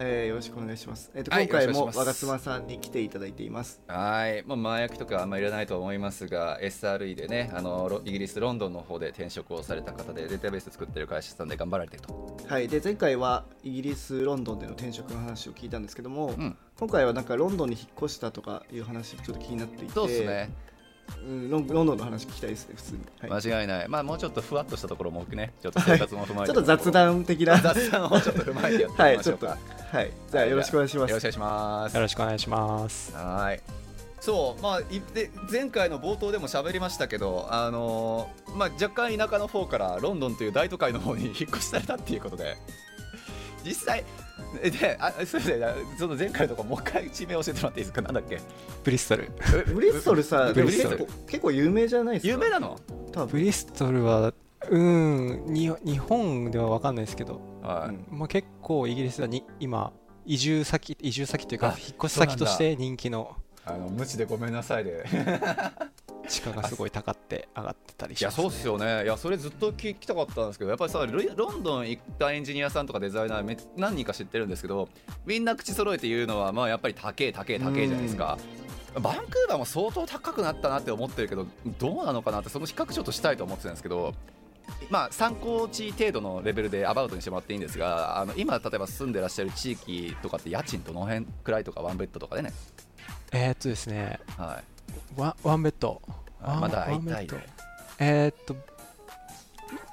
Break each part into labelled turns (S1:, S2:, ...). S1: えー、よろしくお願いします。えっ、と、
S2: はい
S1: 今回
S2: よ
S1: も
S2: ろしくお願いします
S1: 我妻さんに来ていただいています。
S2: はい、まあ、前役とかあんまりいらないと思いますが SRE でねあのロイギリスロンドンの方で転職をされた方でデータベース作ってる会社さんで頑張られてると、
S1: はい、で前回はイギリスロンドンでの転職の話を聞いたんですけども、
S2: うん、
S1: 今回はなんかロンドンに引っ越したとかいう話ちょっと気になっていて、
S2: そうですね、
S1: うん、ロンロンドンの話聞きたいですね普通に。はい
S2: 間違いないまあもうちょっとふわっとしたところも多く ねちょっと生活も踏まえ
S1: ちょ
S2: て、
S1: っと雑談的な。
S2: 雑談をちょっと踏まえてやってみ
S1: はい、
S2: ま
S1: ち
S2: しょ
S1: ょっ
S2: う
S1: と
S2: か、
S1: はい、じゃあよろしくお願いし
S2: よ
S1: ま
S2: ろ
S1: す
S2: しく。お願いします
S3: よろしくお願いします。
S2: はい。そう、まあ、いで前回の冒頭でも喋りましたけど、あのーまあ、若干田舎の方からロンドンという大都会の方に 引っ越しされたっていうことで、実際、えで、あすみませんあ、その前回のとか、もう一回地名教えてもらっていいですか、なんだっけ、
S3: ブリストル。
S1: ブリストルさ、で
S2: ブ
S1: も
S2: リス
S1: 結
S2: トル
S1: 構結構有名じゃないですか。
S2: 有名なの、
S1: 多
S3: ブ
S1: 分。
S3: リストルは、うーん、に日本では分かんないですけど、
S2: はい
S1: うん
S3: まあ、結構イギリスはに今、移住先、移住先というか
S2: あ、
S3: 引っ越し先として人気の
S2: あの無知でごめんなさいで。
S3: 地価がすごい高って上がってたり
S2: い
S3: し
S2: や
S3: ます、
S2: そうっすよねいやそれずっと聞きたかったんですけどやっぱりさロイロンドン行ったエンジニアさんとかデザイナーめ何人か知ってるんですけどみんな口揃えて言うのはまあやっぱり高え高え高えじゃないですか。バンクーバーも相当高くなったなって思ってるけどどうなのかなってその比較ちょっとしたいと思ってたんですけど、まあ、参考値程度のレベルでアバウトにしてもらっていいんですがあの今例えば住んでらっしゃる地域とかって家賃どの辺くらいとかワンベッドとかでね、
S3: えー、っとですね、
S2: はい、
S3: ワンワンベッド。ワン
S2: まだ
S3: ワンベ
S2: 痛い
S3: ッド
S2: ね。
S3: えー、っと、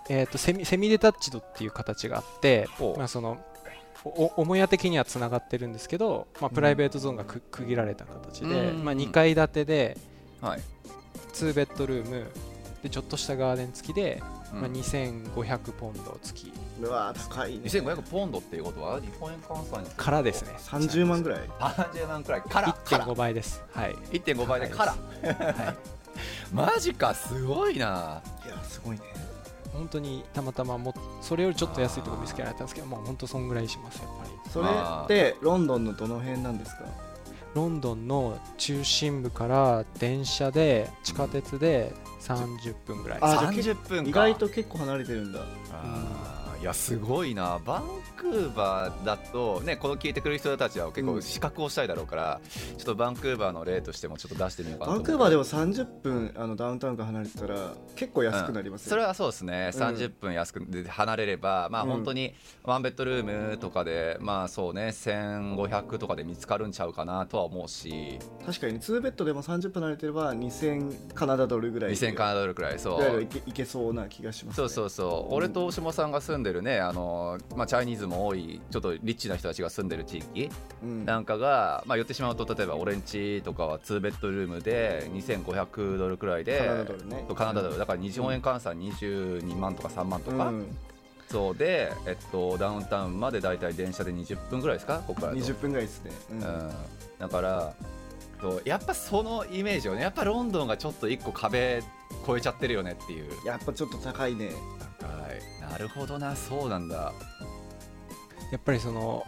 S3: えーっとセミ、セミデタッチドっていう形があって
S2: お、う
S3: まあ、その、おお母屋的にはつながってるんですけど、まあ、プライベートゾーンがく区切られた形で、
S2: うん
S3: まあ、2階建てで、
S2: はい
S3: 2ベッドルームでちょっとしたガーデン付きで、
S2: うん
S3: まあ、2500ポンド付き
S1: うわー高いね。
S2: 2500ポンドっていうことは日本円換算に
S3: からですね
S1: 三十万ぐらい。
S2: 30万くらいからから
S3: 1.5倍ですはい
S2: 1.5倍でから、マジかすごいない
S1: やすごいね。
S3: 本当にたまたまもそれよりちょっと安いところ見つけられたんですけどもう本当そんぐらいしますやっぱり
S1: それってロンドンのどの辺なんですか。
S3: ロンドンの中心部から電車で地下鉄で30分ぐらい
S1: あじゃあ
S2: 30分か
S1: 意外と結構離れてるんだ。
S2: あーいやすごいなバンクーバーだとねこの聞いてくる人たちは結
S1: う
S2: 構
S1: ん
S2: 資格をしたいだろうから、ちょっとバンクーバーの例としてもちょっと出してみようかな
S1: バ
S2: と思
S1: ン
S2: う
S1: クーバーでも30分あのダウンタウンから離れてたら結構安くなります
S2: そ
S1: よ、
S2: れはそうですね、
S1: うん
S2: 30分安くで離れれば、まあ、
S1: うん
S2: 本当にワンベッドルームとかで、まあそうね、1500とかで見つかるんちゃうかなとは思うし、
S1: 確かに2ベッドでも30分離れてれば2000カナダドルぐらい
S2: 2000カナダドルくらい、そ
S1: ぐらいは
S2: う
S1: いけいけそうな気がします、
S2: そ
S1: ね、
S2: うそううそう、俺と大島さんが住んでるね、あのまあ、チャイニーズも多い、ちょっとリッチな人たちが住んでる地域
S1: そう、ん、
S2: なんかが、まあ、寄ってしまうと、例えば俺ん家とかは2ベッドルームで2500ドルくらいで、
S1: カナダドルね
S2: そうカナダドル、だから日本円換算22万とか3万とか、
S1: うん、
S2: そうで、えっと、ダウンタウンまでだいたい電車で20分くらいですか、ここからだと
S1: 20分ぐらいですね、うん
S2: うん、だからそうやっぱそのイメージをね、やっぱロンドンがちょっと1個壁越えちゃってるよねっていう。
S1: やっぱちょっと高いね
S2: はい、なるほどな、そうなんだ。
S3: やっぱりその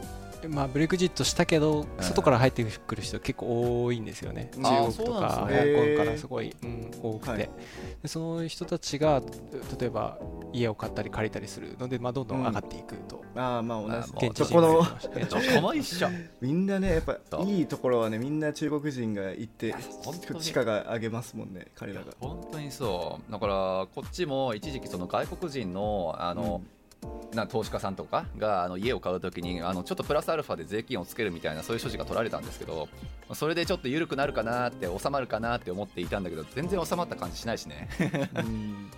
S3: まあブレグジットしたけど
S2: ん
S3: 外から入ってくる人結構多いんですよね、
S1: うん
S3: 中国と
S2: あ
S3: か
S2: ーそうなん
S3: 香
S1: ですね
S3: 港からすごい、うん多くて、
S1: はい
S3: でその人たちが例えば家を買ったり借りたりするので、まあ、どんどん上がっていくと、
S1: ああまあ
S2: あも
S1: 同
S2: う
S1: じ
S3: 現地
S1: そこの
S3: 人口になりました
S2: どこも一緒。
S1: みんなねやっぱ
S2: そう
S1: いいところはねみんな中国人が行って
S2: 本当に
S1: 地価が上げますもんね彼らが
S2: 本当にそう。だからこっちも一時期その外国人のあの、な投資家さんとかがあの家を買うときにあのちょっとプラスアルファで税金をつけるみたいなそういう処置が取られたんですけどそれでちょっと緩くなるかなって収まるかなって思っていたんだけど全然収まった感じしないしね
S1: うん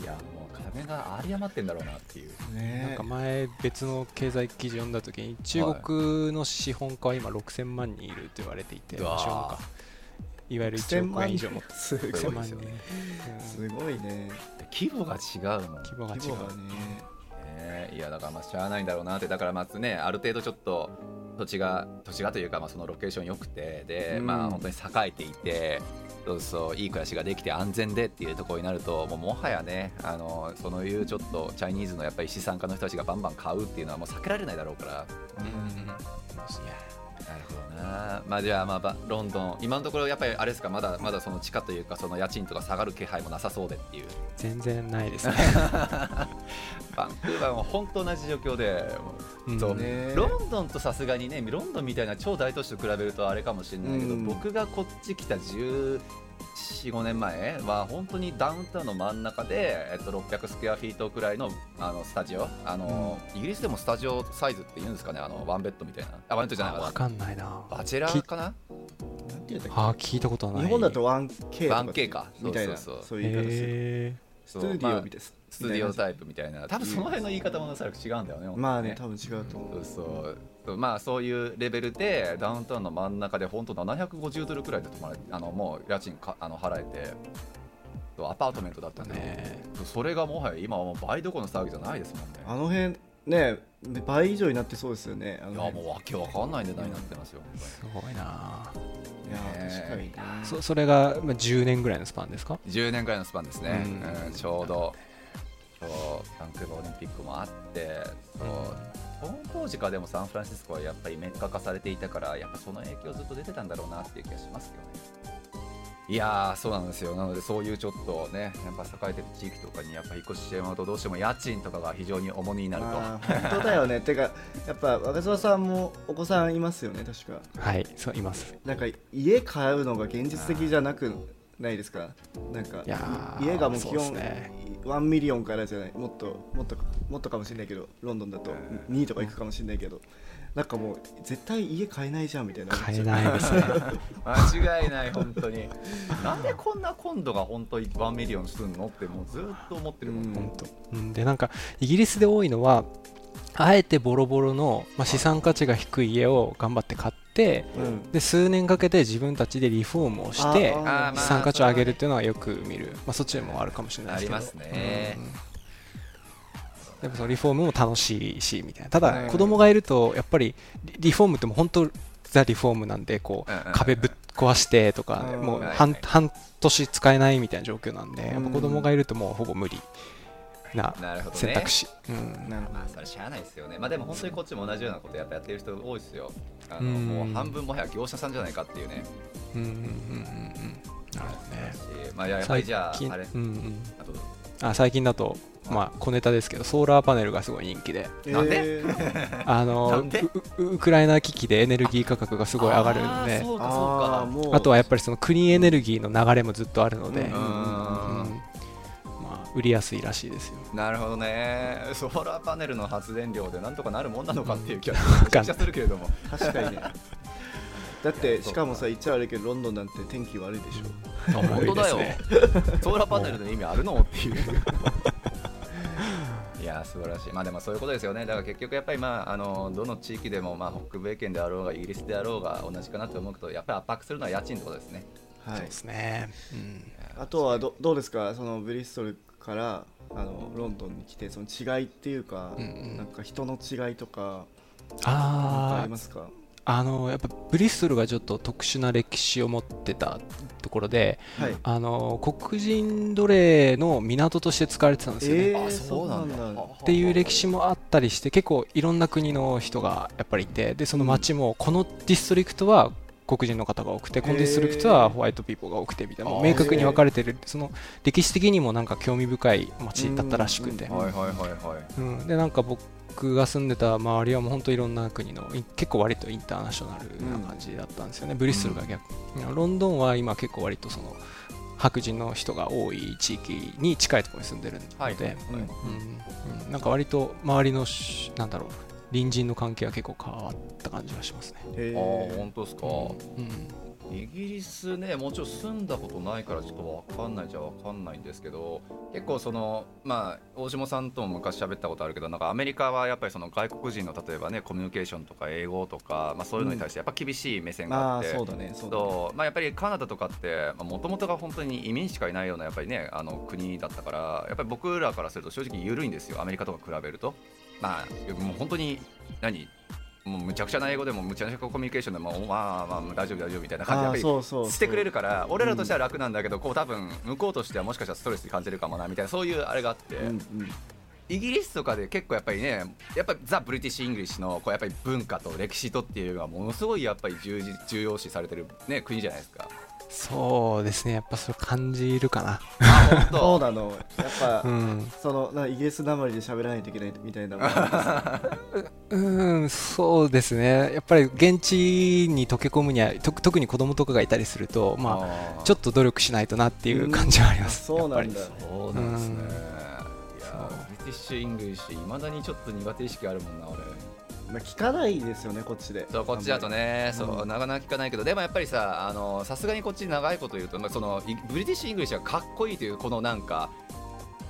S2: いやもう金が有り余ってんだろうなっていう
S3: な
S1: ね
S3: んか前別の経済記事読んだ時に中国の資本家は今6000万人いると言われていて、
S2: うわー
S3: 資本家いわゆる1
S1: 1000
S3: 億
S1: 万
S3: 円以
S1: 人
S3: 上持って
S1: すごい
S2: す
S3: 6000
S2: ごいです
S3: 万人
S2: よね
S3: ね、
S1: すごいね
S2: 規模が違うもん
S3: うん規模が違
S1: 規模が
S3: う
S1: ね
S2: ねいやだからまあしゃあないんだろうなってだからまずねある程度ちょっと土地が土地がというか、まあ、そのロケーション良くてで、
S4: うん
S2: まあ本当に栄えていてそうそういい暮らしができて安全でっていうところになるともうもはやねあのそのいうちょっとチャイニーズのやっぱり資産家の人たちがバンバン買うっていうのはもう避けられないだろうから。なるほどなまあじゃあまあばロンドン今のところやっぱりあれですかまだまだその地価というかその家賃とか下がる気配もなさそうでって いう
S3: 全然ないです ね。
S2: バンクーバーも本当同じ状況でも
S3: うん
S2: そう
S1: ね
S2: うロンドンとさすがにねロンドンみたいな超大都市と比べるとあれかもしれないけど、
S1: うん
S2: 僕がこっち来た1415年前は本当にダウンタウンの真ん中で、えっと、600スクエアフィートくらいのあのスタジオあの、イギリスでもスタジオサイズって言うんですかねあのワンベッドみたいなあワンベッドじゃない
S3: わ
S2: わ
S3: かんないな。
S2: バチェラーかな
S1: なんていうんだっ
S3: あー聞いたこと
S1: け
S3: ない。
S1: 日本だと 1K とか
S2: 1K かそうそうそう
S1: みたいな
S2: そう
S1: そういう言い方する
S3: へ
S1: ス
S2: ス
S1: タジオみたいな
S2: スタジオタイプみたいな多分その辺の言い方もおそらく違うんだよね本当に
S1: まあね多分違うと思
S2: そううそうそうまあそういうレベルでダウンタウンの真ん中で本当750ドルくらいで泊まれあのもう家賃かあの払えてそうアパートメントだった
S3: ー
S2: んで、
S3: ね
S2: それがもはや今はもう倍どころの騒ぎじゃないですもんね
S1: あの辺ね倍以上になってそうですよねあの
S2: い
S1: 辺
S2: やもうわけわかんない値段になってますよ
S3: すごいない
S1: やー確かにね
S3: そそれがまあ10年ぐらいのスパンですか
S2: 10年ぐらいのスパンですね、
S3: うん
S2: うんちょうどそうバンクーバーオリンピックもあってそう、その当時からでもサンフランシスコはやっぱりメッカ化されていたからやっぱその影響ずっと出てたんだろうなっていう気がしますけどねいやーそうなんですよなのでそういうちょっとねやっぱ栄えてる地域とかにやっぱ引っ越ししてもらうとどうしても家賃とかが非常に重荷になると
S1: まあ本当だよね てかやっぱ若澤さんもお子さんいますよね確か
S3: はいそういます
S1: なんか家買うのが現実的じゃなくないですかなんか
S3: いやー
S1: 家がもう基
S3: そう
S1: 本
S3: ですね
S1: 1ミリオンからじゃないもっともっともっとかもしれないけどロンドンだと2位とかいくかもしれないけどなんかもう絶対家買えないじゃんみたいな
S3: 買えないですね
S2: 間違いない本当になんでこんな今度が本当に1ミリオンすんのってもうずっと思ってるもん、
S1: うん
S3: 本当 うんでなんかイギリスで多いのはあえてボロボロの、まあ、資産価値が低い家を頑張って買って
S1: うん
S3: で数年かけて自分たちでリフォームをして
S1: あー
S2: あーまあ
S3: 資産価値を上げるっていうのはよく見る、まあ、そっちもあるかもしれな
S2: あ
S3: いです
S2: り
S3: けど
S2: ますね、
S3: やっぱそのリフォームも楽しいしみたいなた
S2: う
S3: だ
S2: ん
S3: 子供がいるとやっぱりリリフォームってもう本当ザ・リフォームなんでこう
S2: うんうんうん
S3: 壁ぶっ壊してとか
S1: うん
S3: もう
S2: はい
S3: 半半年使えないみたいな状況なんでや
S1: う
S3: っぱ
S1: ん
S3: 子供がいるともうほぼ無理な
S2: なるほどね
S3: 選択肢うん
S1: なるほど
S2: まあそれしゃあないですよねまあでも本当にこっちも同じようなことやっぱやってる人多いですよあの
S3: うん
S2: もう半分もはや業者さんじゃないかっていうね
S3: うんうんうんうんなるほどね
S2: しまあやっぱりじゃあ
S3: 最近
S2: あれ
S3: うんうん
S2: あと
S3: あ最近だとまあ小ネタですけどソーラーパネルがすごい人気で
S2: なんで
S1: えー
S3: あ
S2: な
S3: の
S2: んで
S3: ううウクライナ危機でエネルギー価格がすごい上がる
S2: あ
S3: ん
S2: ー
S3: で
S2: そうか
S1: あー
S2: そうか
S1: もう
S3: あとはやっぱりその国エネルギーの流れもずっとあるので、
S1: うん
S2: うーん
S3: まあ、売りやすいらしいですよ。
S2: なるほどねソーラーパネルの発電量でなんとかなるもんなのかっていう気は
S3: かん
S2: めちゃくちゃするけれども
S1: 確か にねだってしかもさ一応あるけどロンドンなんて天気悪いでしょ
S2: 本当だよ
S3: 多いです
S2: ソーラーパネルの意味あるのっていう いや素晴らしいまあでもそういうことですよねだから結局やっぱりまああのどの地域でもまあ北米圏であろうがイギリスであろうが同じかなと思うけどやっぱり圧迫するのは家賃ってことですね
S1: は
S3: そう
S1: い
S3: ですね。うん
S1: あとはどどうですかそのブリストルからあのロンドンに来てその違いっていうか、
S3: うんうん
S1: なんか人の違いとかなんかあ
S3: あ
S1: りま
S3: あ、
S1: すか
S3: あの、やっぱブリストルがちょっと特殊な歴史を持ってたところで、
S1: はい
S3: あの、黒人奴隷の港として使われてたんですよね。
S1: えーそうなんだ
S3: っていう歴史もあったりして結構いろんな国の人がやっぱりいてでその町もこのディストリクトは黒人の方が多くてこのディストリクトはホワイトピーポーが多くてみたいなもう
S2: あー
S3: 明確に分かれてるその歴史的にもなんか興味深い町だったらしくて
S1: うん
S2: はいはいはいはい
S3: うんでなんか僕が住んでた周りはもう本当いろんな国のい結構割とインターナショナルな感じだったんですよねブリストルが逆ロンドンは今結構割とその白人の人が多い地域に近いところに住んでるので
S1: うんうん
S3: うん、なんか割と周りのしなんだろう隣人の関係は結構変わった感じがしますね。
S1: へ
S2: ああ
S1: ー
S2: 本当ですか、
S3: うん、
S2: イギリスねもちろん住んだことないからちょっと分かんないじゃ分かんないんですけど結構そのまあ大島さんとも昔喋ったことあるけどなんかアメリカはやっぱりその外国人の例えばねコミュニケーションとか英語とか、まあ、そういうのに対してやっぱ厳しい目線があ
S1: あ
S2: っ
S1: あ
S2: て、
S1: そうだねそうだね
S2: そうまあ、やっぱりカナダとかってもともとが本当に移民しかいないようなやっぱり、ね、あの国だったからやっぱり僕らからすると正直緩いんですよアメリカとか比べると。まあ、もう本当に何もうむちゃくちゃな英語でもむちゃくちゃコミュニケーションでもまあまあまあ大丈夫大丈夫みたいな感じでや
S1: あ
S2: っ
S1: あ
S2: ぱり
S1: そうそうそう
S2: してくれるから俺らとしては楽なんだけどこう多分向こうとしてはもしかしたらストレスに感じるかもなみたいなそういうあれがあって、
S1: うん
S2: イギリスとかで結構やっぱりねやっぱりザ・ブリティッシュ・イングリッシュのこうやっぱり文化と歴史とっていうのがものすごいやっぱり重視重要視されてる、ね、国じゃないですか。
S3: そうですねやっぱそれ感じるかな
S2: あ
S1: うん、そ
S2: 本
S1: うなのやっぱ、
S3: うん
S1: そのなんかイギリスなまりで喋らないといけないみたいなのも あるんですよ
S3: うんそうですねやっぱり現地に溶け込むにはと特に子供とかがいたりすると
S2: 当
S3: ま
S2: あ
S3: あ
S2: ー
S3: ちょっと努力しないとなっていう感じはあります、
S1: そうなんだ
S3: やっぱ
S2: そうなんですね。
S3: う
S2: い
S3: ん
S2: やーブリティッシュ・イングリッシュいまだにちょっと苦手意識あるもんな俺。
S1: まあ聞かないですよねこっちで
S2: そうこっちだとね、そううなかなか聞かないけどでもやっぱりさあのさすがにこっち長いこと言うと、まあ、そのいブリティッシュ・イングリッシュがかっこいいというこのなんか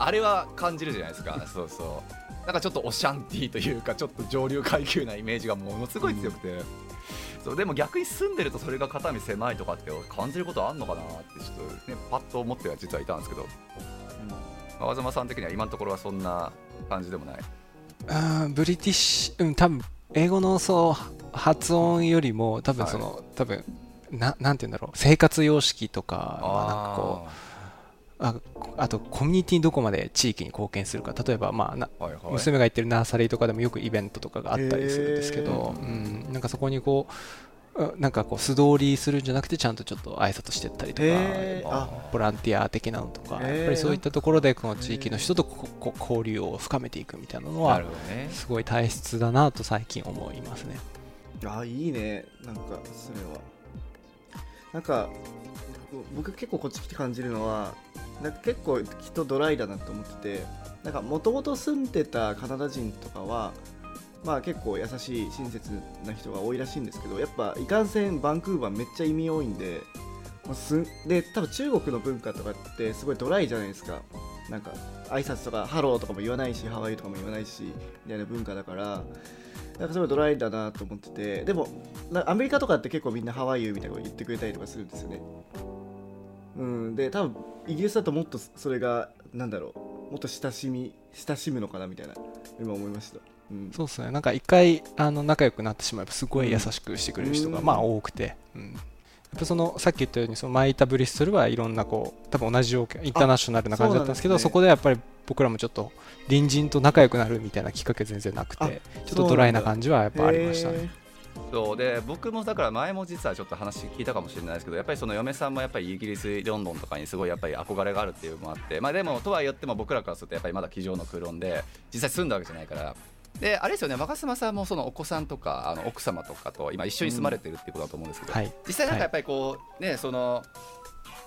S2: あれは感じるじゃないです かそうそうなんかちょっとオシャンティーというかちょっと上流階級なイメージがものすごい強くて、そうでも逆に住んでるとそれが肩身狭いとかって感じることあんのかなってちょっとねパッと思っては実はいたんですけど、まあ、和妻さん的には今のところはそんな感じでもない
S3: うんブリティッシュ、うん、多分英語のそう発音よりも多分その、多分ななんて言うんだろう生活様式とかまあなんかこうああとコミュニティにどこまで地域に貢献するか例えば、まあな
S2: う、はいはい、
S3: 娘が行ってるナーサリーとかでもよくイベントとかがあったりするんですけど、うん、なんかそこにこううんなんかこう素通りするんじゃなくてちゃんとちょっと挨拶してったりとか、
S1: へーあ
S3: ボランティア的なのとか、
S1: へー
S3: やっぱりそういったところでこの地域の人とここ交流を深めていくみたいなの
S2: な
S3: は
S2: るほどね
S3: すごい体質だなと最近思いますね。
S1: あーいいねなんかそれはなんか僕結構こっち来て感じるのはなんか結構きっとドライだなと思っててなんかもともと住んでたカナダ人とかはまあ結構優しい親切な人が多いらしいんですけどやっぱいかんせんバンクーバーめっちゃ移民多いんでもうすで多分中国の文化とかってすごいドライじゃないですかなんか挨拶とかハローとかも言わないしハワイとかも言わないしみたいな文化だからなんかすごいドライだなと思っててでもなアメリカとかって結構みんなハワイユーみたいなこと言ってくれたりとかするんですよねうんで多分イギリスだともっとそれがなんだろうもっと親しみ親しむのかなみたいな今思いました、うん、
S3: そうですねなんか一回あの仲良くなってしまえばすごい優しくしてくれる人が、
S1: うん
S3: まあ多くて、うん、やっぱそのさっき言ったようにその前いたブリストルはいろんなこう多分同じ条件インターナショナルな感じだったんですけどそ
S1: そうなんですね
S3: こでやっぱり僕らもちょっと隣人と仲良くなるみたいなきっかけ全然なく
S1: あ
S3: てちょっとドライな感じはやっぱありましたね。
S2: そうで僕もだから前も実はちょっと話聞いたかもしれないですけどやっぱりその嫁さんもやっぱりイギリスロンドンとかにすごいやっぱり憧れがあるっていうのもあってまあでもとは言っても僕らからするとやっぱりまだ机上の空論で実際住んだわけじゃないから。であれですよね若妻さんもそのお子さんとかあの奥様とかと今一緒に住まれてるっていうことだと思うんですけど、
S3: はい
S2: 実際なんかやっぱりこう、ねその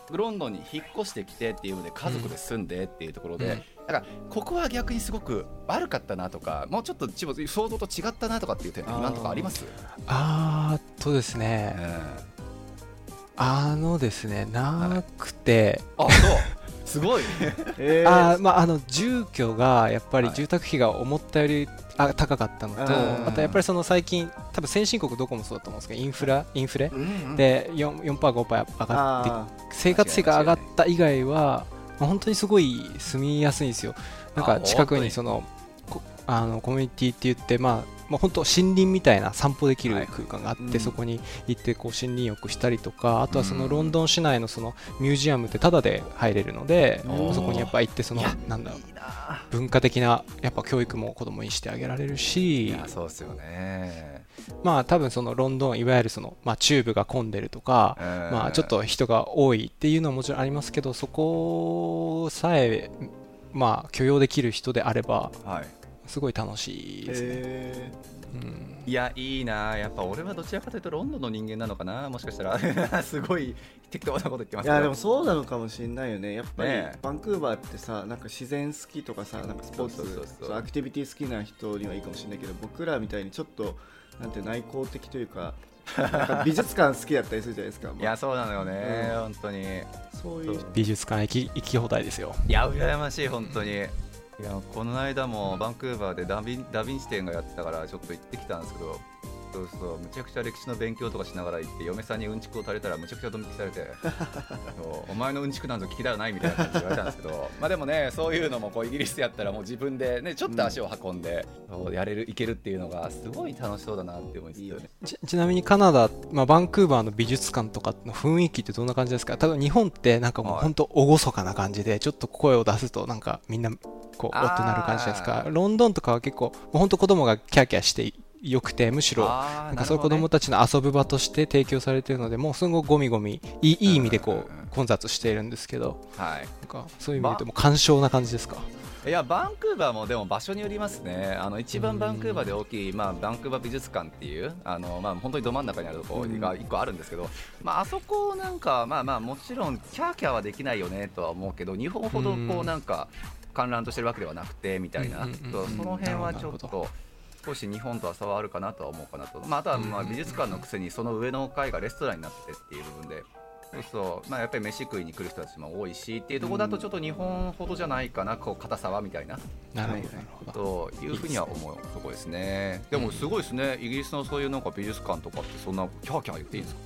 S2: ロンドンに引っ越してきてっていうので家族で住んでっていうところで、
S3: うん
S2: なんかここは逆にすごく悪かったなとかもうちょっとちょっと想像と違ったなとかっていう点って今のところあります
S3: あーっとですね、
S2: あ
S3: あのですねなくて、
S2: そうすごい
S1: えー、
S3: あーまあ、あの住居がやっぱり
S2: はい
S3: 住宅費が思ったよりあ高かったのと、
S1: うん
S3: あとやっぱりその最近、多分先進国どこもそうだと思うんですけど、インフラ、インフレ
S2: で
S3: で4%、4 5%上がって、
S1: あ
S3: 生活費が上がった以外は、まあ本当にすごい住みやすいんですよ、なん
S2: あ
S3: か近
S2: 本
S3: く
S2: 当に
S3: にそのこあのコミュニティって言って、まあまあ、本当、森林みたいな散歩でき
S2: はい
S3: る空間があって、
S1: うん
S3: そこに行ってこう森林浴したりとか、あとはそ
S2: うん
S3: のロンドン市内のそのミュージアムってタダで入れるので、
S2: おー
S3: そこにやっぱ行って、そのなんだろう
S2: いいな
S3: 文化的なやっぱ教育も子供にしてあげられる
S2: い
S3: し、
S2: やそうですよね
S3: まあ多分そのロンドンいわゆるそのまあチューブが混んでるとか、まあちょっと人が多いっていうのはもちろんありますけど、そこさえまあ許容できる人であれば
S2: はい
S3: すごい楽しい
S1: ー
S3: ですね。
S1: え
S3: うん
S2: いやいいなやっぱ俺はどちらかというとロンドンの人間なのかなもしかしたら すごい適当なこと言ってま
S1: ーい
S2: すけど
S1: やでもそうなのかもしれないよねやっぱり
S2: ねえ
S1: バンクーバーってさなんか自然好きとかさなんかスポーツ
S2: そうそうそう
S1: そうアクティビティ好きな人にはいいかもしれないけど僕らみたいにちょっとなんて内向的というかなんか美術館好きだったりするじゃないです か、まあ
S2: いやそうなのよね、
S1: うん
S2: 本当に
S1: そういう
S2: そう
S3: 美術館行き行き放題ですよ。
S2: いや羨ましい本当にいやこの間もバンクーバーでダヴィンダヴィンチ展がやってたからちょっと行ってきたんですけどそうそうむちゃくちゃ歴史の勉強とかしながら行って嫁さんにうんちくを垂れたらむちゃくちゃドン引きされて そうお前のうんちくなんぞ聞きたくないみたいな感じで言われたんですけ どまあでもねそういうのもこうイギリスやったらもう自分でねちょっと足を運んで、そうやれるいけるっていうのがすごい楽しそうだなって思いますよね。
S3: ちちなみにカナダ、まあ、バンクーバーの美術館とかの雰囲気ってどんな感じですか多分日本ってなんかもう
S2: はい
S3: 本当厳かな感じでちょっと声を出すとなんかみんなこうお
S2: あー
S3: ってなる感じですかロンドンとかは結構もう本当子供がキャーキャーしてよくてむしろ
S2: あー
S3: なん
S2: な
S3: か
S2: る
S3: そういう
S2: ほ
S3: 子
S2: どね
S3: 供たちの遊ぶ場として提供されているのでもうすごいゴミゴミいいいい意味でこ
S2: うんうんうん
S3: う混雑しているんですけど
S2: はい
S3: なんかそういう意味で言うともう感傷な感じですか
S2: いやバンクーバーもでも場所によりますね、あの一番バンクーバーで大きい、まあ、バンクーバー美術館っていう、あのまあ、本当にど真ん中にあるところが1個あるんですけど、まあ、あそこなんか、まあまあ、もちろんキャーキャーはできないよねとは思うけど、日本ほどこ
S3: う
S2: うんなんか観覧としてるわけではなくてみたいな、
S3: うんうんうん
S2: そうその辺は
S3: な
S2: ち
S3: る
S2: ょ
S3: ほ
S2: っ
S3: ど
S2: と。少し日本とは差はあるかなとは思うかなと、まあ、あとはまあ
S3: うんうんう
S2: 美
S3: ん
S2: 術館のくせにその上の階がレストランになっててっていう部分でそうそうまあやっぱり飯食いに来る人たちも多いしっていうところだとちょっと日本ほどじゃないかなこう硬さはみたいな
S3: なるほ
S1: はい
S3: ど
S1: はい
S3: なるほど
S2: というふうには思うとこですねでもすごいですねイギリスのそういうなんか美術館とかってそんなキャーキャー言っていいんですか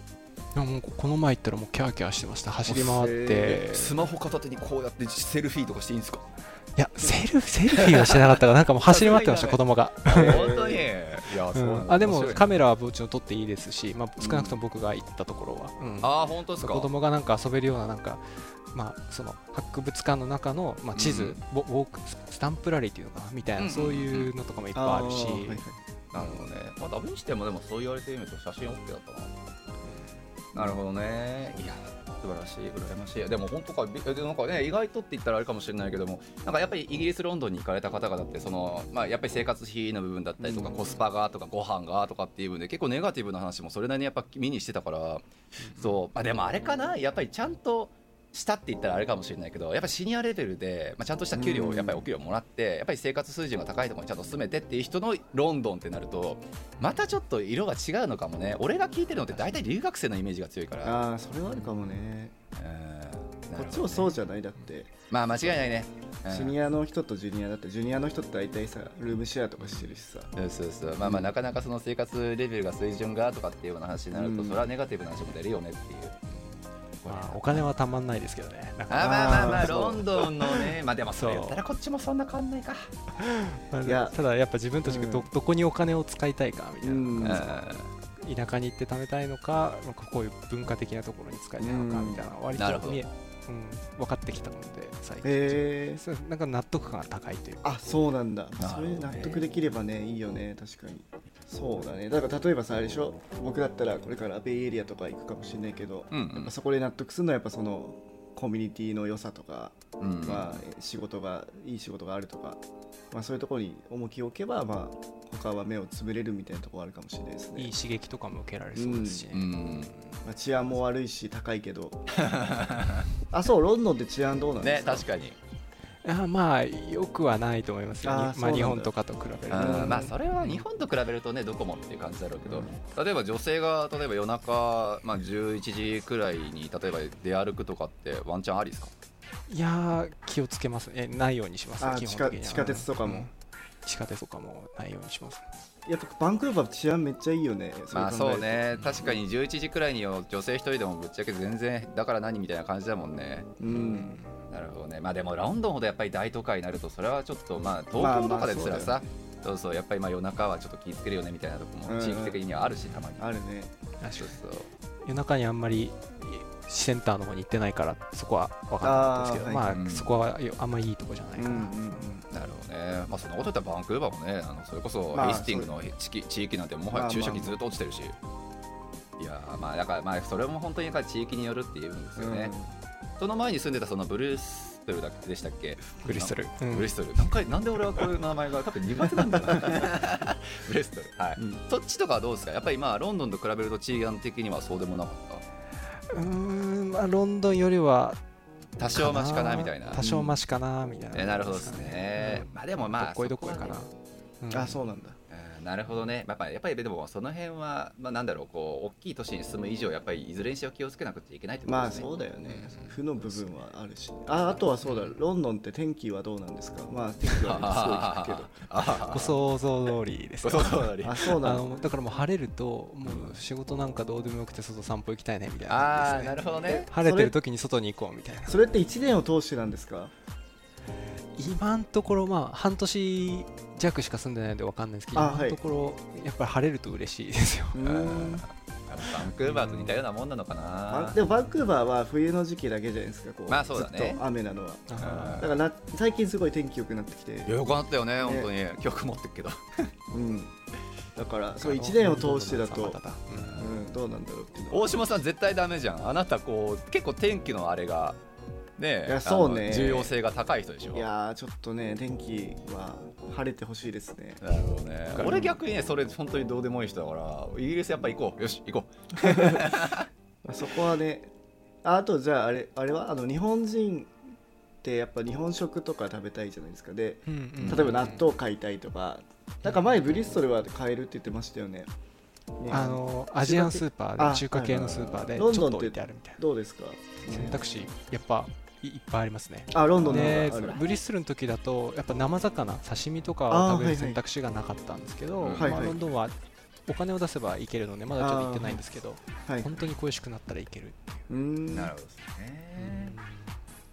S3: でももうこの前行ったらもうキャーキャーしてました走り回って
S2: スマホ片手にこうやってセルフィーとかしていいんですか
S3: いやセルフセルフィーはしてなかったからなんかもう走り 回ってました子供が
S2: 本当にいや
S3: う
S2: そうなんんだ
S3: あでも
S2: 面白い
S3: カメラはもちろん撮っていいですし、まあ、少なくとも僕が行ったところは、うん
S2: あー本当ですか
S3: 子供がなんか遊べるようななんか、まあ、その博物館の中の、まあ、地図、
S2: うん
S3: ボウォークススタンプラリーっていうのかなみたいな、
S2: うん
S3: そういうのとかもいっぱいあるし、
S1: ーはいはい
S2: なるほどね。まあ、ダヴィンチでもでもそう言われてみると写真 OK だったな。なるほどね。いや、素晴らしい、羨ましい。でも本当か、びえでなんかね、意外とって言ったらあれかもしれないけども、なんかやっぱりイギリス、ロンドンに行かれた方々って、その、まあやっぱり生活費の部分だったりとか、
S1: うん
S2: コスパがとか、ご飯がとかっていう部分で、結構ネガティブな話もそれなりにやっぱ見にしてたから、そう、まあでもあれかな、やっぱりちゃんと、したって言ったらあれかもしれないけどやっぱりシニアレベルで、まあ、ちゃんとした給料
S1: う
S2: を
S1: ん
S2: やっぱりお給料もらってやっぱり生活水準が高いところにちゃんと住めてっていう人のロンドンってなるとまたちょっと色が違うのかもね俺が聞いてるのって大体留学生のイメージが強いから
S1: ああそれはあるかもね
S2: うん
S1: こっちもそうじゃないだって
S2: まあ間違いないね、うん
S1: シニアの人とジュニアだってジュニアの人って大体さルームシェアとかしてるしさ
S2: そうそうそうまあまあなかなかその生活レベルが水準がとかっていうような話になると、
S1: うん
S2: それはネガティブな話も出るよねっていう。
S3: まあ、お金はたまんないですけどねなんか
S2: あまあまあま
S1: あ
S2: あ
S1: ーそう
S2: ロンドンのねまあでもそれ
S3: そう
S2: 言ったらこっちもそんな変わんないか
S1: いや
S3: ただやっぱ自分たちがど,、
S1: うん
S3: どこにお金を使いたいかみたいな、
S1: うん
S3: 田舎に行って貯めたいのかなんかこういう文化的なところに使いたいのか
S1: うん
S3: みたいな割
S2: なるほ
S3: と
S2: ど
S3: 見え、うん、分かってきたので最近、
S1: へえ
S3: そうなんか納得感が高いというか
S1: あそうなんだ
S2: なる
S1: そ
S2: ほど
S1: れ
S2: ね
S1: 納得できればねいいよね確かにそうだねだから例えばさあれでしょ僕だったらこれからベイエリアとか行くかもしれないけど、
S2: うんうん
S1: やっぱそこで納得するのはやっぱそのコミュニティの良さとか、
S2: うんうん
S1: まあ、仕事がいい仕事があるとか、まあ、そういうところに重きを置けば、まあ、他は目をつぶれるみたいなところあるかもしれないですね
S3: いい刺激とかも受けられそうですしね、
S2: うん
S1: まあ、治安も悪いし高いけ どあそうロンドンって治安どうなんで
S2: ね
S1: すか、
S2: 確かに
S3: あまあよくはないと思いますよ、
S1: あー
S3: に
S1: そう
S3: ま
S1: なん
S3: あ、
S1: だ
S3: 日本とかと比べると
S1: ん
S2: あーまあそれは日本と比べるとねどこもっていう感じだろうけど、例えば女性が例えば夜中、まあ、11時くらいに例えば出歩くとかってワンチャンありですか
S3: いやー気をつけますねないようにしますね
S1: あー
S3: 基本的には
S1: 地下地下鉄とかも
S3: うん地下鉄とかもないようにします
S1: やっぱバンクーバー治安めっちゃいいよね
S2: まあ
S1: れ考え
S2: そ
S1: る
S2: う
S1: と
S2: ね確かに11時くらいに女性一人でもぶっちゃけ全然だから何みたいな感じだもんね
S1: うん
S2: なるほどねまあでもロンドンほどやっぱり大都会になるとそれはちょっとまあ東京とかですら
S1: まあ
S2: さそうそうやっぱりまあ夜中はちょっと気ぃつけるよねみたいなとこ
S1: うんう
S2: も
S1: ん
S2: 地域的にはあるしたまに
S1: あるね
S2: そうそう
S3: 夜中にあんまりセンターの方に行ってないからそこは分かんなかったですけど
S1: あー
S3: ま
S2: は
S3: あ
S2: い、うん
S3: そこはよあんまりいいとこじゃない
S1: うん
S3: か
S1: う
S3: な、
S1: んうん
S2: なるほどね、まあ、そんなこと言ったらバンクーバーもね、あのそれこそ
S1: まあ
S2: リスティングの地域地域なんて、もはや注射器ずっと落ちてるし、いやーまあ、だから、まあ、それも本当にだから地域によるっていうんですよね、その前に住んでたそのブルーストルだっけでしたっけ、
S3: ブリストル、うん
S2: ブリストル、なんかなんで俺はこういう名前が、多分苦手なんだよな、ブリストル、はい、
S1: うん
S2: そっちとかはどうですか、やっぱりまあ、ロンドンと比べると、治安的にはそうでもなかっ
S3: うーんまあロンドンよりは
S2: た、多少マシかなみたいな、
S3: 多少マシかなみたいな、
S2: えなるほどですね、まあでもまあ、
S3: どっこいどっこいかな
S2: そこはね
S3: うん
S1: あそうなんだ
S2: うんなるほどねやっぱやっぱりでもその辺は、まあ、なんだろうこう大きい都市に住む以上やっぱりいずれにしろ気をつけなくちゃいけないってこと
S1: まあ
S2: ですね、
S1: そうだよね
S3: うん
S1: 負の部分はあるしああとはそうだロンドンって天気はどうなんですかまあ天気はすごい聞く
S2: あ
S3: ご想像通りです
S2: ご
S3: よ
S2: 想像通り
S1: けどあそうな
S3: あ
S1: の
S3: のだからもう晴れるともう仕事なんかどうでもよくて外散歩行きたいねみたいな
S2: あ
S3: 感
S2: あ
S3: じ
S2: な
S3: です
S2: る
S3: ね
S2: ほどね
S3: 晴れてる時に外に行こうみたいな
S1: それって1年を通してなんですか
S3: 今のところまあ半年弱しか住んでないんでわかんないですけど
S1: あ
S3: 今のところやっぱり晴れると嬉しいですよ
S1: うーん
S2: やっぱバンクーバーと似たようなもんなのか
S1: あ
S2: な
S1: でもバンクーバーは冬の時期だけじゃないですかこう,、
S2: まあそうだね
S1: ずっと雨なのは
S3: あ
S1: だからな最近すごい天気良くなってきて
S2: いやよくなったよね本当に記憶持ってるけど
S1: うんだから
S3: ー
S1: そう1年を通してだ
S3: う
S1: と
S3: ん、
S1: うん、どうなんだろうっていうのは
S2: 大島さん絶対ダメじゃんあなたこう結構天気のあれがね
S1: いやそう
S2: あ
S1: ね
S2: の重要性が高い人でしょ
S1: いやーちょっとね天気は晴れてほしいですね
S2: なるほどね
S1: かる
S2: 俺逆にねそれ本当にどうでもいい人だからイギリスやっぱ行こうよし行こう
S1: まあそこはねああとじゃああれあれはあの日本人ってやっぱ日本食とか食べたいじゃないですかで
S3: うんうん
S1: 例えば納豆買いたいとか、なんか前ブリストルは買えるって言ってましたよねね
S3: あのアジアンスーパー
S1: あ
S3: で中華系のスーパーでち
S1: ロ
S3: ょ
S1: ン
S3: っ
S1: ドン
S3: と
S1: って
S3: 置いてあるみたい
S1: どうですか
S3: な選択肢やっぱいいっぱいありますね
S1: あロンドンの方があ
S3: で
S1: る
S3: ブリストルの時だとやっぱ生魚刺身とかを食べ
S1: あーはいはい
S3: る選択肢がなかったんですけど、
S2: うん
S1: はい
S3: ま
S1: は
S3: あ、
S1: い
S3: ロンドンはお金を出せば行けるのでまだちょっと行ってないんですけど
S1: はい
S3: 本当に恋しくなったら行ける
S1: うーん
S2: なるほどですね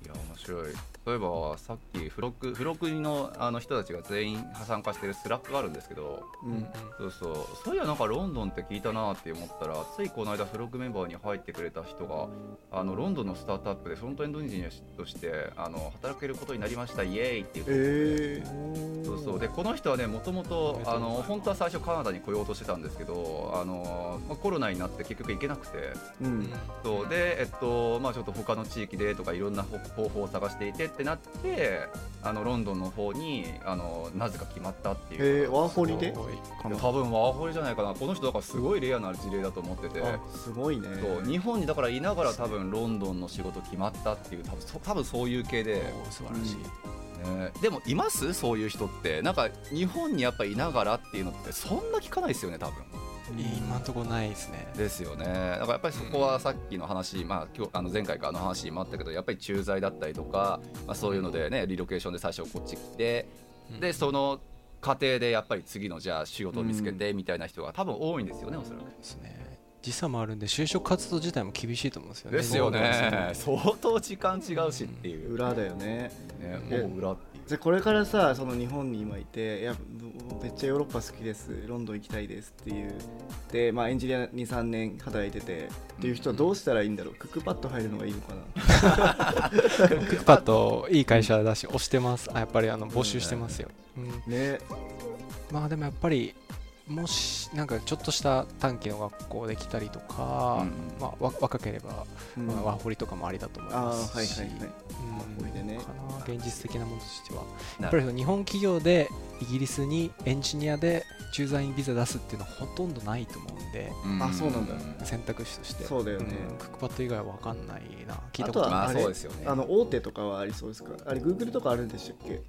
S2: いや面白い例えばさっき付録付録のあの人たちが全員参加してるスラックがあるんですけど
S1: うん
S3: うん
S2: そうそうそういやなんかロンドンって聞いたなって思ったらついこの間付録メンバーに入ってくれた人があのロンドンのスタートアップでフロントエンドエンジニアとしてあの働けることになりましたイエーイっていうことで
S1: え
S2: そうそうでこの人はねもともと
S3: めでとうございます
S2: あの本当は最初カナダに来ようとしてたんですけどあの、まあ、コロナになって結局行けなくて
S1: ー、う
S3: うんん
S2: そうでえっとまあちょっと他の地域でとかいろんな方方法を探していてってなってあのロンドンの方にあのなぜか決まったっていう
S1: えー、ワーホリで
S2: 多分ワーホリじゃないかなこの人だからすごいレアな事例だと思ってて。
S1: あすごいね
S2: そう日本にだからいながら多分ロンドンの仕事決まったっていう多分そ多分そういう系で
S3: おー素晴らしい、
S2: ねでもいますそういう人ってなんか日本にやっぱいながらっていうのってそんな聞かないですよね多分
S3: 今んとこないですね
S2: ですよねだからやっぱりそこはさっきの話、まあ、今日あの前回からの話にもあったけどやっぱり駐在だったりとか、まあ、そういうのでねリロケーションで最初こっち来てでその過程でやっぱり次のじゃあ仕事を見つけてみたいな人が多分多いんですよねおそらく。
S3: ですね時差もあるんで就職活動自体も厳しいと思うんですよね
S2: ですよね相当時間違うしっていう、
S1: 裏だよね
S2: ね、
S1: え
S2: もう裏っていう。
S1: じゃあこれからさその日本に今いていやめっちゃヨーロッパ好きですロンドン行きたいですっていうで、まあ、エンジニア23年働いててっていう人はどうしたらいいんだろうクックパッド入るのがいいのかな
S3: クックパッドいい会社だし押してますあやっぱりあの募集してますよ、うん
S1: ね
S3: まあでもやっぱりもしなんかちょっとした短期の学校できたりとか、
S2: うん
S3: まあ、わ若ければ、
S1: うん
S3: まあワーホリとかもありだと思い
S1: あ
S3: ま
S1: ーは
S3: す
S1: い
S3: し、
S1: はいはい
S3: うん
S1: ワーホリでね
S3: かな現実的なものとしては
S2: なる
S3: やっぱりその日本企業でイギリスにエンジニアで駐在員ビザ出すっていうのはほとんどないと思うんで
S1: あそうなんだ
S3: 選択肢として
S1: そうだよね
S3: んクックパッド以外は分かんないな聞いた
S1: あ
S3: こととな
S1: は
S3: い
S2: まあ
S1: あれ
S2: そうですよね
S1: あの大手とかはありそうですかあれ Google とかあるんでしたっけ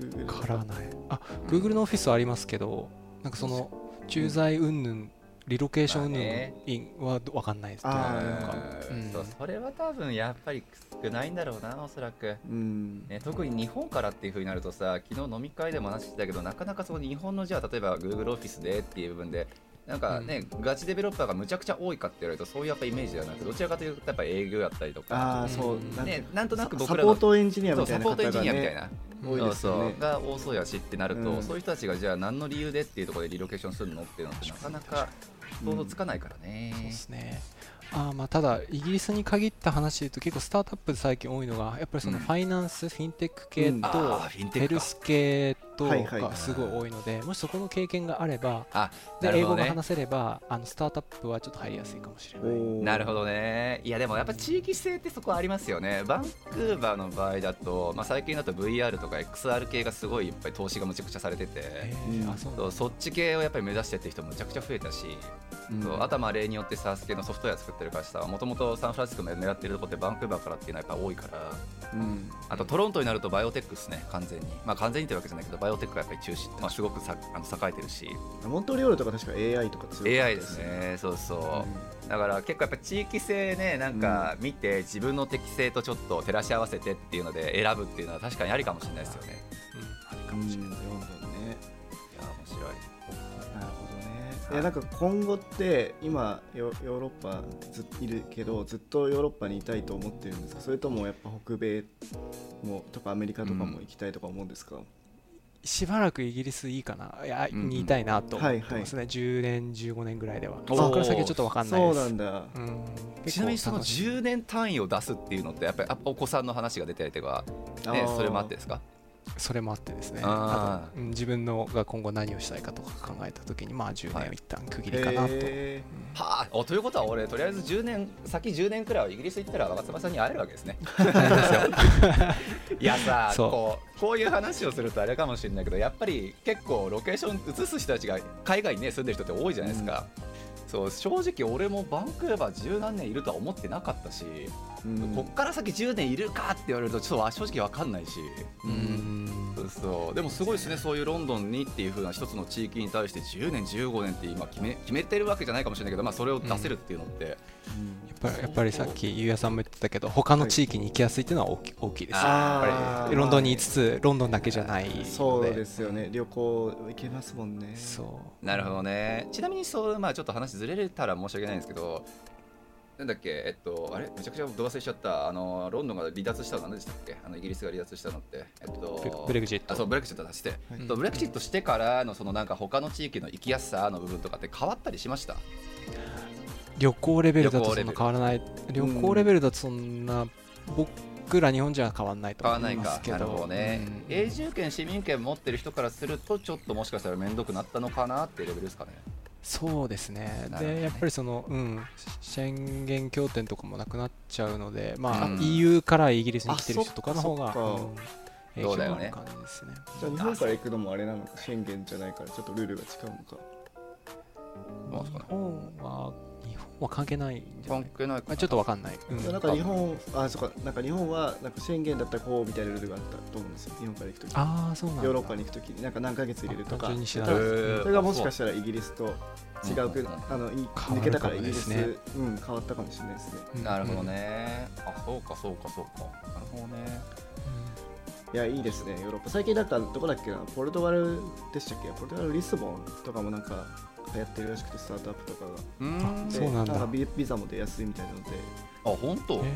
S1: Google と
S3: からないあ Google のオフィスはありますけどなんかその駐在云々リロケーション云
S2: まあね
S3: 々は分かんないですね
S1: あー
S3: なんか
S2: うんそう
S3: うん
S2: それは多分やっぱり少ないんだろうなおそらく、
S1: うん
S2: ね、特に日本からっていう風になるとさ昨日飲み会でも話してたけどなかなかそこに日本のじゃあ例えば Google オフィスでっていう部分でなんかね、ガチデベロッパーがむちゃくちゃ多いかって言われるとそういうやっぱイメージではなくどちらかというとやっぱ営業やったりと
S1: あ
S2: か
S1: あそう
S3: うん
S1: なんか
S2: ね、なんとなく僕
S1: サ
S2: ら
S1: ポ
S2: の
S1: ートエンジニア
S2: そう
S1: みた
S2: サ
S1: いな
S2: ポ
S1: 方
S2: ートエンジ
S1: が
S2: ニアみたい
S1: ね
S2: な。
S1: 多いですよね
S2: そうそうが多そうやしってなると、
S1: うん
S2: そういう人たちがじゃあ何の理由でっていうところでリロケーションするのっていうのってなかなか想像つかないからね。
S3: そうですねあーまあただイギリスに限った話で言うと結構スタートアップで最近多いのがやっぱりその
S2: うん
S3: ファイナンス、フィンテック系
S1: うん
S3: と
S2: あーフィンテッ
S3: ヘ
S2: ク
S3: ル
S2: か
S3: ス系と
S1: はいはい
S3: がすごい多いのでもしそこの経験があれば
S2: あ
S3: で
S2: なる
S3: 英
S2: ほど
S3: 語
S2: ね
S3: が話せればあのスタートアップはちょっと入りやすいかもしれない
S1: おー
S2: なるほどねいやでもやっぱ地域性ってそこありますよねバンクーバーの場合だと、まあ、最近だと VR とか XR 系がすごいいっぱい投資がむちゃくちゃされてて、
S3: え
S1: う
S3: ー
S1: ん
S3: あそうなんだ
S2: そうそっち系をやっぱり目指してって人むちゃくちゃ増えたし、
S1: うん
S2: そうあとはまあ例によってサース系のソフトウェア作ってる会社さもともとサンフランシスコ目狙ってるとこってバンクーバーからっていうのはやっぱ多いから
S1: うん
S2: あとトロントになるとバイオテックですね完全にまあ完全にというわけじゃないけどバイオテックがやっぱり中心、まあ、すごくさあの栄えてるし
S1: モントリオールとか確か AI とか強い
S2: AI ですねそうそう、だから結構やっぱ地域性ねなんか見て自分の適性とちょっと照らし合わせてっていうので選ぶっていうのは確かにありかもしれないですよね
S1: かもしれないロンド
S2: いや
S1: ンね
S2: 面白い
S1: なるほどねいやなんか今後って今ヨヨーロッパずっいるけどずっとヨーロッパにいたいと思ってるんですかそれともやっぱ北米もとかアメリカとかも行きたいとか思うんですか、
S3: しばらくイギリスいいかないや、
S2: うんうん
S3: にいたいなと思ってますね、10年15年ぐらいでは
S2: お
S3: そ
S2: ー
S3: こから先はちょっと分かんない
S1: そ
S3: で
S1: うな
S3: す
S1: んだ、
S3: うん
S2: ちなみにその
S3: 結
S2: 10年単位を出すっていうのってやっぱりあお子さんの話が出てたりとか、
S1: あ
S2: ね
S1: ー、
S2: それもあってですか
S3: 構楽しそれもあってですね
S2: あー
S3: あとうん自分のが今後何をしたいかとか考えた時にまあ10
S2: はい
S3: 年を一旦区切りかなと、
S1: へ
S2: はあおということは俺とりあえず10年先10年くらいはイギリス行ったら若妻さんに会えるわけです ね。いやさ
S3: そう
S2: こうこういう話をするとあれかもしれないけどやっぱり結構ロケーション移す人たちが海外に、ね、住んでる人って多いじゃないですか。そう正直俺もバンクーバー十何年いるとは思ってなかったし、
S1: ーう
S2: こっから先10年いるかって言われるとちょっと正直わかんないし、
S3: うん
S2: そうそうでもすごいですね、そういうロンドンにっていう風な一つの地域に対して10年、15年って今決め、決めてるわけじゃないかもしれないけど、まあ、それを出せるっていうのって、
S1: うん
S3: やっぱりやっぱりさっきゆうやさんも言ってたけど他の地域に行きやすいっていうのは大き大きいですね
S1: あー
S3: やっぱりロンドンに5つロンドンだけじゃないので
S1: そうですよね旅行行けますもんね
S3: そう
S2: なるほどね、ちなみにそう、まあ、ちょっと話ずれたら申し訳ないんですけど、なんだっけ、えっと、あれ、めちゃくちゃ度忘れしちゃった、あのロンドンが離脱したのは何でしたっけ、あのイギリスが離脱したのって、えっ
S3: ブレ
S2: と、
S3: ブレグジット
S2: あそうブレクジット出して、
S1: い
S2: そうブレクジットしてからのそのなんか他の地域の行きやすさの部分とかって変わったりしました
S3: 旅行レベルだと
S2: 旅行
S3: そ
S2: レ
S3: ん
S2: ベ
S3: な
S2: ル
S3: 変わらない旅
S1: ん
S3: 行レベルだとそんな僕ら日本人は変わらないと
S2: 買わ
S3: 思
S2: ない
S3: いま
S2: か
S3: す、け
S2: な
S3: ど
S2: るほどね、
S3: うん
S2: 永住権、市民権持ってる人からすると、ちょっともしかしたら面倒くなったのかなっていうレベルですかね。
S3: そうですね
S2: なるほどね
S3: でやっぱりそのうん宣言協定とかもなくなっちゃうのでまあ
S2: うん
S3: EU からイギリスに来てる
S1: あ
S3: 人とかの方が
S1: そっか
S3: うん影響が
S2: そ
S3: あ
S2: うだよね
S3: る感じですね
S1: じゃあ日本から行くのもあれなのか宣言じゃないからちょっとルールが違うのか
S2: どうですかね
S3: 日本は日本は関係ないんじゃな
S2: 関
S3: い
S2: 係ない
S3: まあちょっとわかんない、うん
S1: いやなんか日本あそうかなんか日本はなんか宣言だったらこうみたいなルールがあったと思うんですよ日本から行くときヨ
S3: ああそうなんだ
S1: ーロッパに行くときになんか何ヶ月入れると
S3: あ
S1: か
S3: 単純に知ら
S1: 多
S3: なかった
S1: 分それがもしか
S2: し
S1: したらイギリスと違うく
S2: うん
S1: あのい
S3: わる
S1: 抜けたからイギリス、
S3: かもですね
S1: うん変わったかもしれないですね
S3: うん
S2: なるほどね、あそうかそうかそうかなるほどね
S1: いやいいですねヨーロッパ最近なんかどこだっけなポルトガルでしたっけポルトガルリスボンとかもなんか流行ってるらしくてスタートアップとかが
S2: うーん
S1: で
S3: そうなんだ
S1: かビビザも出やすいみたいなので
S2: あ本当
S3: うんへ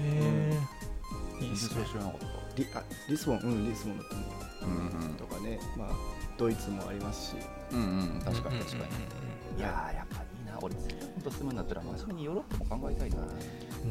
S3: えいいです
S2: それ
S3: ね
S2: 知らなかっ
S1: リあリスボンうんリスボンだと思う
S2: たうん
S1: とかねまあドイツもありますし
S2: うんうんうん確かに確かに、
S1: うん
S2: いやーやっぱいいな俺次本当住むんだったら真面目にヨーロッパも考えたいな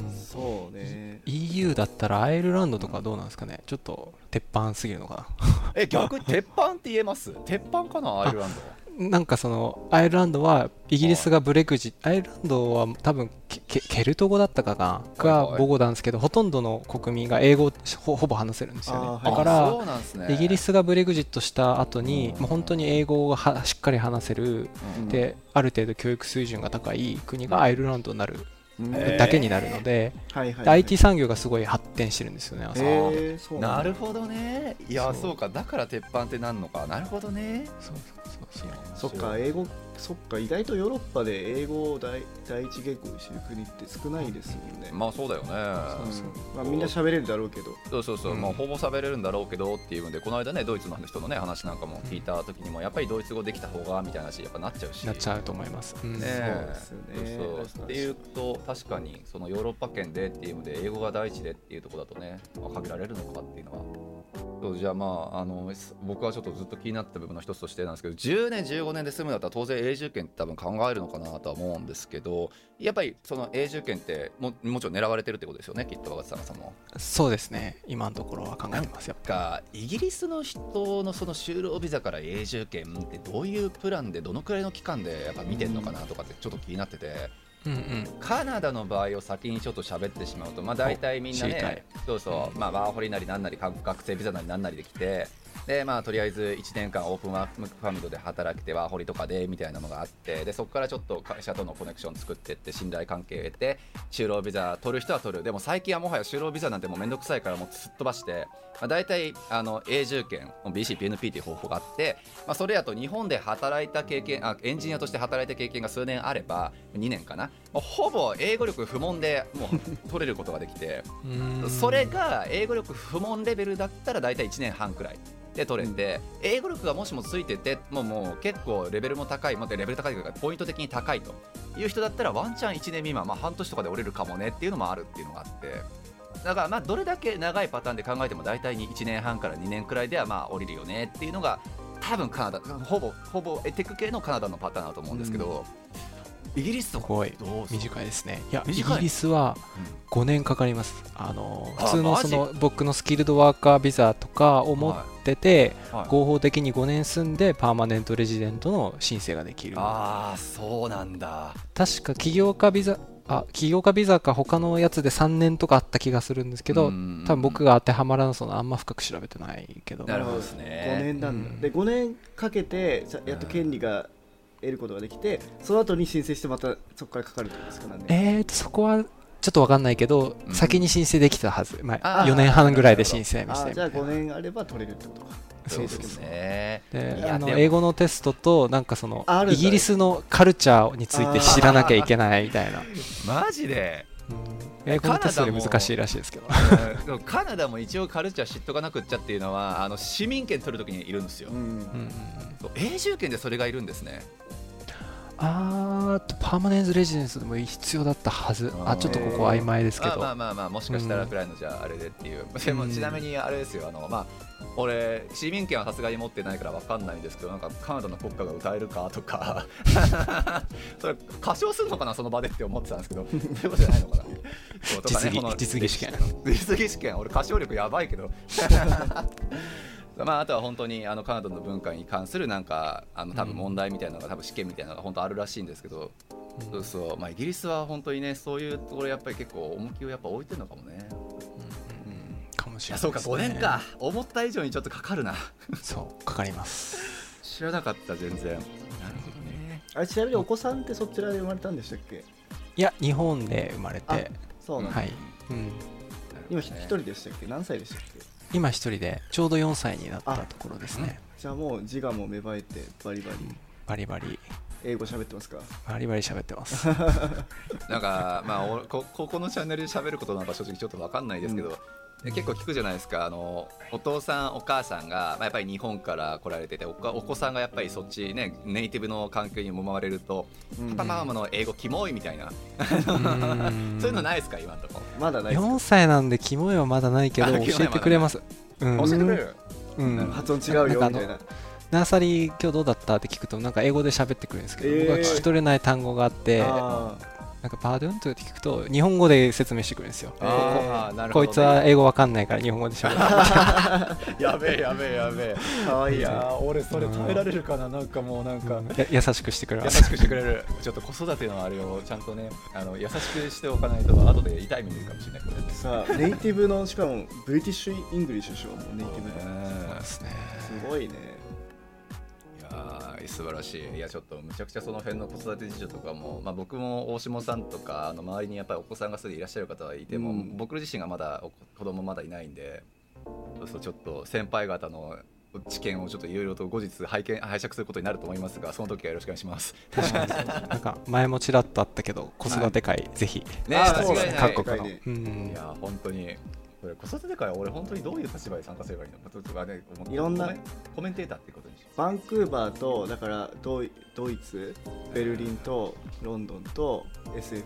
S3: うん
S1: そうね
S3: EU だったらアイルランドとかどうなんですかねちょっと鉄板すぎるのか
S2: え逆に鉄板って言えます鉄板かなアイルランド
S3: ななんかそのアイルランドはイギリスがブレグジアイルランドは多分ケケケルト語だったかな
S2: はい
S3: が
S2: はい
S3: 母語なんですけどほとんどの国民が英語をほほぼ話せるんですよ
S1: あ
S3: ね
S1: ーは
S3: だ
S1: い
S3: か
S2: あ
S3: ら
S2: そうなんですね
S3: イギリスがブレグジットした後に
S2: うん
S3: もう本当に英語がはしっかり話せる
S2: うん
S3: である程度教育水準が高い国がアイルランドになる
S1: うん
S2: えー
S3: だけになるので
S1: はいはい
S3: で
S1: はい
S3: IT 産業がすごい発展してるんですよねあそこ
S1: えー、そう
S2: なん
S1: だ
S2: るほどねいやそうかだから鉄板ってなんのかなるほどね
S3: そうそうそうそう
S1: そっか英語そっか意外とヨーロッパで英語を第第一言語にしてる国って少ないですもんね、
S2: まあそうだよ
S1: うん
S2: ね
S3: そう
S1: まあ、みんな喋れるだろうけど
S2: そうそうそう、
S3: うん
S2: まあほぼ喋れるんだろうけどっていうんでこの間ねドイツの人のね話なんかも聞いた時にもやっぱりドイツ語できた方がみたいな話やっぱなっちゃうし
S3: なっちゃうと思います。うん
S2: ねえ
S1: そうですよね
S2: そうそうっていうと確かにそのヨーロッパ圏でっていうので英語が第一でっていうところだとね、まあ、限られるのかっていうのはそうじゃあまああのす僕はちょっとずっと気になった部分の一つとしてなんですけど10年15年で住むんだったら当然永住権って多分考えるのかなとは思うんですけどやっぱりその永住権ってももちろん狙われてるってことですよねきっと若狭さんも。
S3: そうですね。今のところは考えてますよ。
S2: かイギリスの人のその就労ビザから永住権ってどういうプランでどのくらいの期間でやっぱ見てんのかなとかってちょっと気になってて
S3: うんうん。
S2: カナダの場合を先にちょっと喋ってしまうとまあ大体みんな
S3: 知りたい
S2: ねそうそうまあワーホリなりなんなり韓国学生ビザなりなんなりで来てでまあとりあえず1年間オープンワークファミリーで働きては堀とかでみたいなのがあってでそこからちょっと会社とのコネクション作ってって信頼関係を得て就労ビザ取る人は取るでも最近はもはや就労ビザなんてもうめんどくさいからもうすっ飛ばして、まあ、大体あの永住権 BCPNP っていう方法があって、まあ、それやと日本で働いた経験あエンジニアとして働いた経験が数年あれば2年かなもうほぼ英語力不問でもう取れることができて。
S3: うん
S2: それが英語力不問レベルだったら大体1年半くらいで取れて、英語力がもしもついててもうもう結構レベルも高い、まあ、レベル高いというかポイント的に高いという人だったらワンチャン1年未満、まあ、半年とかで折れるかもねっていうのもあるっていうのがあってだからまあどれだけ長いパターンで考えても大体に1年半から2年くらいではまあ降りるよねっていうのが多分カナダほぼほぼエテク系のカナダのパターンだと思うんですけど、イギリスと
S3: す
S2: か
S3: ごい
S2: どうですか
S3: 短いですねいやイギ
S2: 短い
S3: リスは
S2: うん
S3: 5年かかりますあの
S2: あ
S3: 普通の
S2: マジ
S3: その僕のスキルドワーカービザとかを持ってて
S2: はい
S3: 合法的に5年住んでパーマネントレジデントの申請ができる
S2: ああそうなんだ
S3: 確か起業家ビザあ起業家ビザか他のやつで3年とかあった気がするんですけど
S2: うん
S3: 多分僕が当てはまらなそうなあんま深く調べてないけど
S2: なるほどですね
S1: 5年なんだ、
S3: うん
S1: で5年かけてさやっと権利が得ることができてその後に申請してまたそこからかかるってことですかね
S3: えーとそこはちょっと分かんないけど、
S2: うん
S3: 先に申請できたはず、まあ、
S2: あー
S3: 4年半ぐらいで申請してみ
S1: あ
S3: た
S1: ー
S3: い
S1: じゃあ5
S3: な
S1: 年あれば取れるってことか
S2: そうですねい
S3: で
S2: や
S3: あの
S2: でも
S3: 英語のテストとなんかその
S1: あるんだ
S3: イギリスのカルチャーについて知らなきゃいけないみたいな、
S2: マジで
S3: うん英語のテストより難しいらしいですけど
S2: うんでもカナダも一応カルチャー知っとかなくっちゃっていうのはあの市民権取るときにいるんですよ
S1: う、ん
S3: うん
S2: そう永住権でそれがいるんですね
S3: あーとパーマネントレジデンスでも必要だったはず
S2: あー
S3: あちょっとここ曖昧ですけ
S2: あま
S3: ど
S2: あまあまあもしかしたらくらいのじゃああれでっていう、でも
S3: うん
S2: ちなみにあれですよあのまあ俺市民権はさすがに持ってないからわかんないんですけどなんかカナダの国歌が歌えるかとか それ歌唱するのかなその場でって思ってたんですけ どそういうことじゃないのかなそうとかね
S3: 実技
S2: この
S3: 実技試験
S2: 実技試験俺歌唱力やばいけど まあ、あとは本当にあのカナダの文化に関するなんかあの多分問題みたいなのが、多分試験みたいなのが本当あるらしいんですけど、そうそうまあイギリスは本当にねそういうところやっぱり結構重きをやっぱ置いてるのかもね
S3: かもし
S2: い
S3: れ
S2: や
S3: な
S2: そ
S3: いう
S2: か
S3: です
S2: 5
S3: ね
S2: 年か思った以上にちょっとかかるな
S3: そうかかります
S2: 知らなかった全然なるほどね
S1: あれちなみにお子さんってそちらで生まれたんでしたっけ
S3: いや日本で生まれて
S1: そうなんだ、
S3: はい、うん、
S1: 今ひ一人でしたっけ何歳でしたっけ
S3: 今一人でちょうど4歳になったところですね
S1: じゃあもう自我も芽生えてバリバリ
S3: バリバリ
S1: 英語喋ってますか
S3: バリバリ喋ってます
S2: なんか、まあ、お こここのチャンネルで喋ることなんか正直ちょっと分かんないですけど、で結構聞くじゃないですかあのお父さんお母さんが、まあ、やっぱり日本から来られてておかお子さんがやっぱりそっちねネイティブの環境にもまれると、
S1: うん
S2: パパママの英語キモいみたいな、そういうのないですか今んとこ、
S1: まだないです
S3: 4歳なんでキモいはまだないけど
S2: あ
S3: 教
S2: キモいはまだ
S3: えてくれますうん
S2: 教えてくれる、
S3: うん
S2: なるほ
S1: 発音違うよみたいな
S3: ナーサリー今日どうだったって聞くとなんか英語で喋ってくるんですけど、
S1: えー
S3: 僕は聞き取れない単語があってなん
S1: あー
S3: かパードゥンと聞くと日本語で説明してくるんですよ
S1: えー
S2: あーなるほど
S3: こ
S2: ね、
S3: いつは英語わかんないから日本語で喋る
S2: やべえやべえやべえ
S1: かわいい
S2: いや
S1: な
S2: ー俺 それ
S3: うん
S2: 食べられるかななんかもうなんか、
S3: や優しくしてくれ
S2: 優
S3: ます
S2: しくしてくれるちょっと子育てのあれをちゃんとねあの優しくしておかないと後で痛い目に遭うかもしれないからね
S1: さあネイティブのしかもブリティッシュイングリッシュでしょもうネイティブ
S2: そう
S1: の
S2: ね
S3: ですね
S1: すごいね
S2: いやー素晴らしいいやちょっとむちゃくちゃその辺の子育て事情とかも、まあ、僕も大下さんとかあの周りにやっぱりお子さんがすでにいらっしゃる方はいても、
S1: うん
S2: 僕自身がまだお子供まだいないんでそうそうちょっと先輩方の知見をちょっといろいろと後日拝見拝借することになると思いますがその時はよろしくお願いします。
S3: なんか前もちらっとあったけど子育て会ぜひ、
S2: ね
S1: あー
S2: 間違いない
S1: そうだね
S3: 各国の
S1: はい
S3: うん
S2: いやー本当にこれ子育て会は俺本当にどういう立場で参加すればいいのととかね思って
S1: いろんな
S2: コメンコメンテーターっていうことにしよ
S1: バンクーバーとだからドイドイツベルリンとロンドンと SF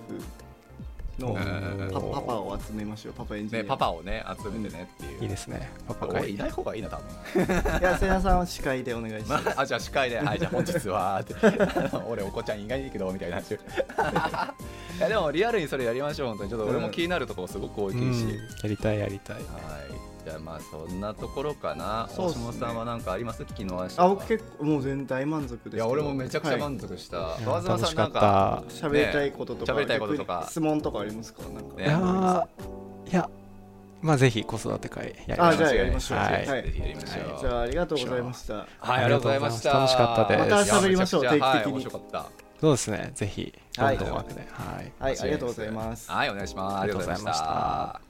S1: の
S3: う
S2: うん
S1: パパパを集めましょうパパエン
S2: う
S1: ジニア、
S2: ねパパをね集めてねっていう。
S3: いいですねパパ
S2: 俺
S3: 会
S2: いない方がいいな多分。
S1: いやせなさんは司会でお願いし
S2: ま
S1: ます、
S2: あ、あじゃあ司会で、はい、じゃあ本日は、って あの俺、お子ちゃん意外にいいけど、みたいな話。いや、でも、リアルにそれやりましょう、本当に。ちょっと俺も気になるところすごく多いし。
S3: うんやりたいやりたい
S2: はい。じゃあ、まあ、そんなところかな。
S1: そう
S2: 大
S1: っすね
S2: 下さんは何かあります聞き逃した。
S1: あ僕結構もう全然大満足ですけど
S2: いや、俺もめちゃくちゃ
S1: はい
S2: 満足した。
S3: いや
S2: 川島
S3: 楽
S2: さ
S3: し
S2: ん、
S3: か
S2: な
S3: っ
S2: んか、
S3: た
S1: 喋りたいこととか、
S2: ね喋りたいこととか
S1: 逆に質問とかありますかなんか、
S2: ね
S3: いやーいやまあぜひ子育て会やり
S1: あ
S3: ま
S1: じ
S3: し
S1: ゃ
S3: ょ
S1: あ
S3: う
S1: やりましょう
S3: はい
S1: はい
S2: ぜひやりましょう
S1: じゃあありがとうございました
S2: はい、ありがとうございました。
S3: ありがとうございます楽しかったです
S2: いや
S1: また喋りましょう
S2: めちゃくちゃ
S1: 定期的に
S2: はい、面白かった。
S3: そうですねぜひ
S1: は
S3: ロ
S1: い
S3: ンドンまでねはい
S1: はいありがとうございます
S2: はい、お願いします。
S3: ありがとうございました。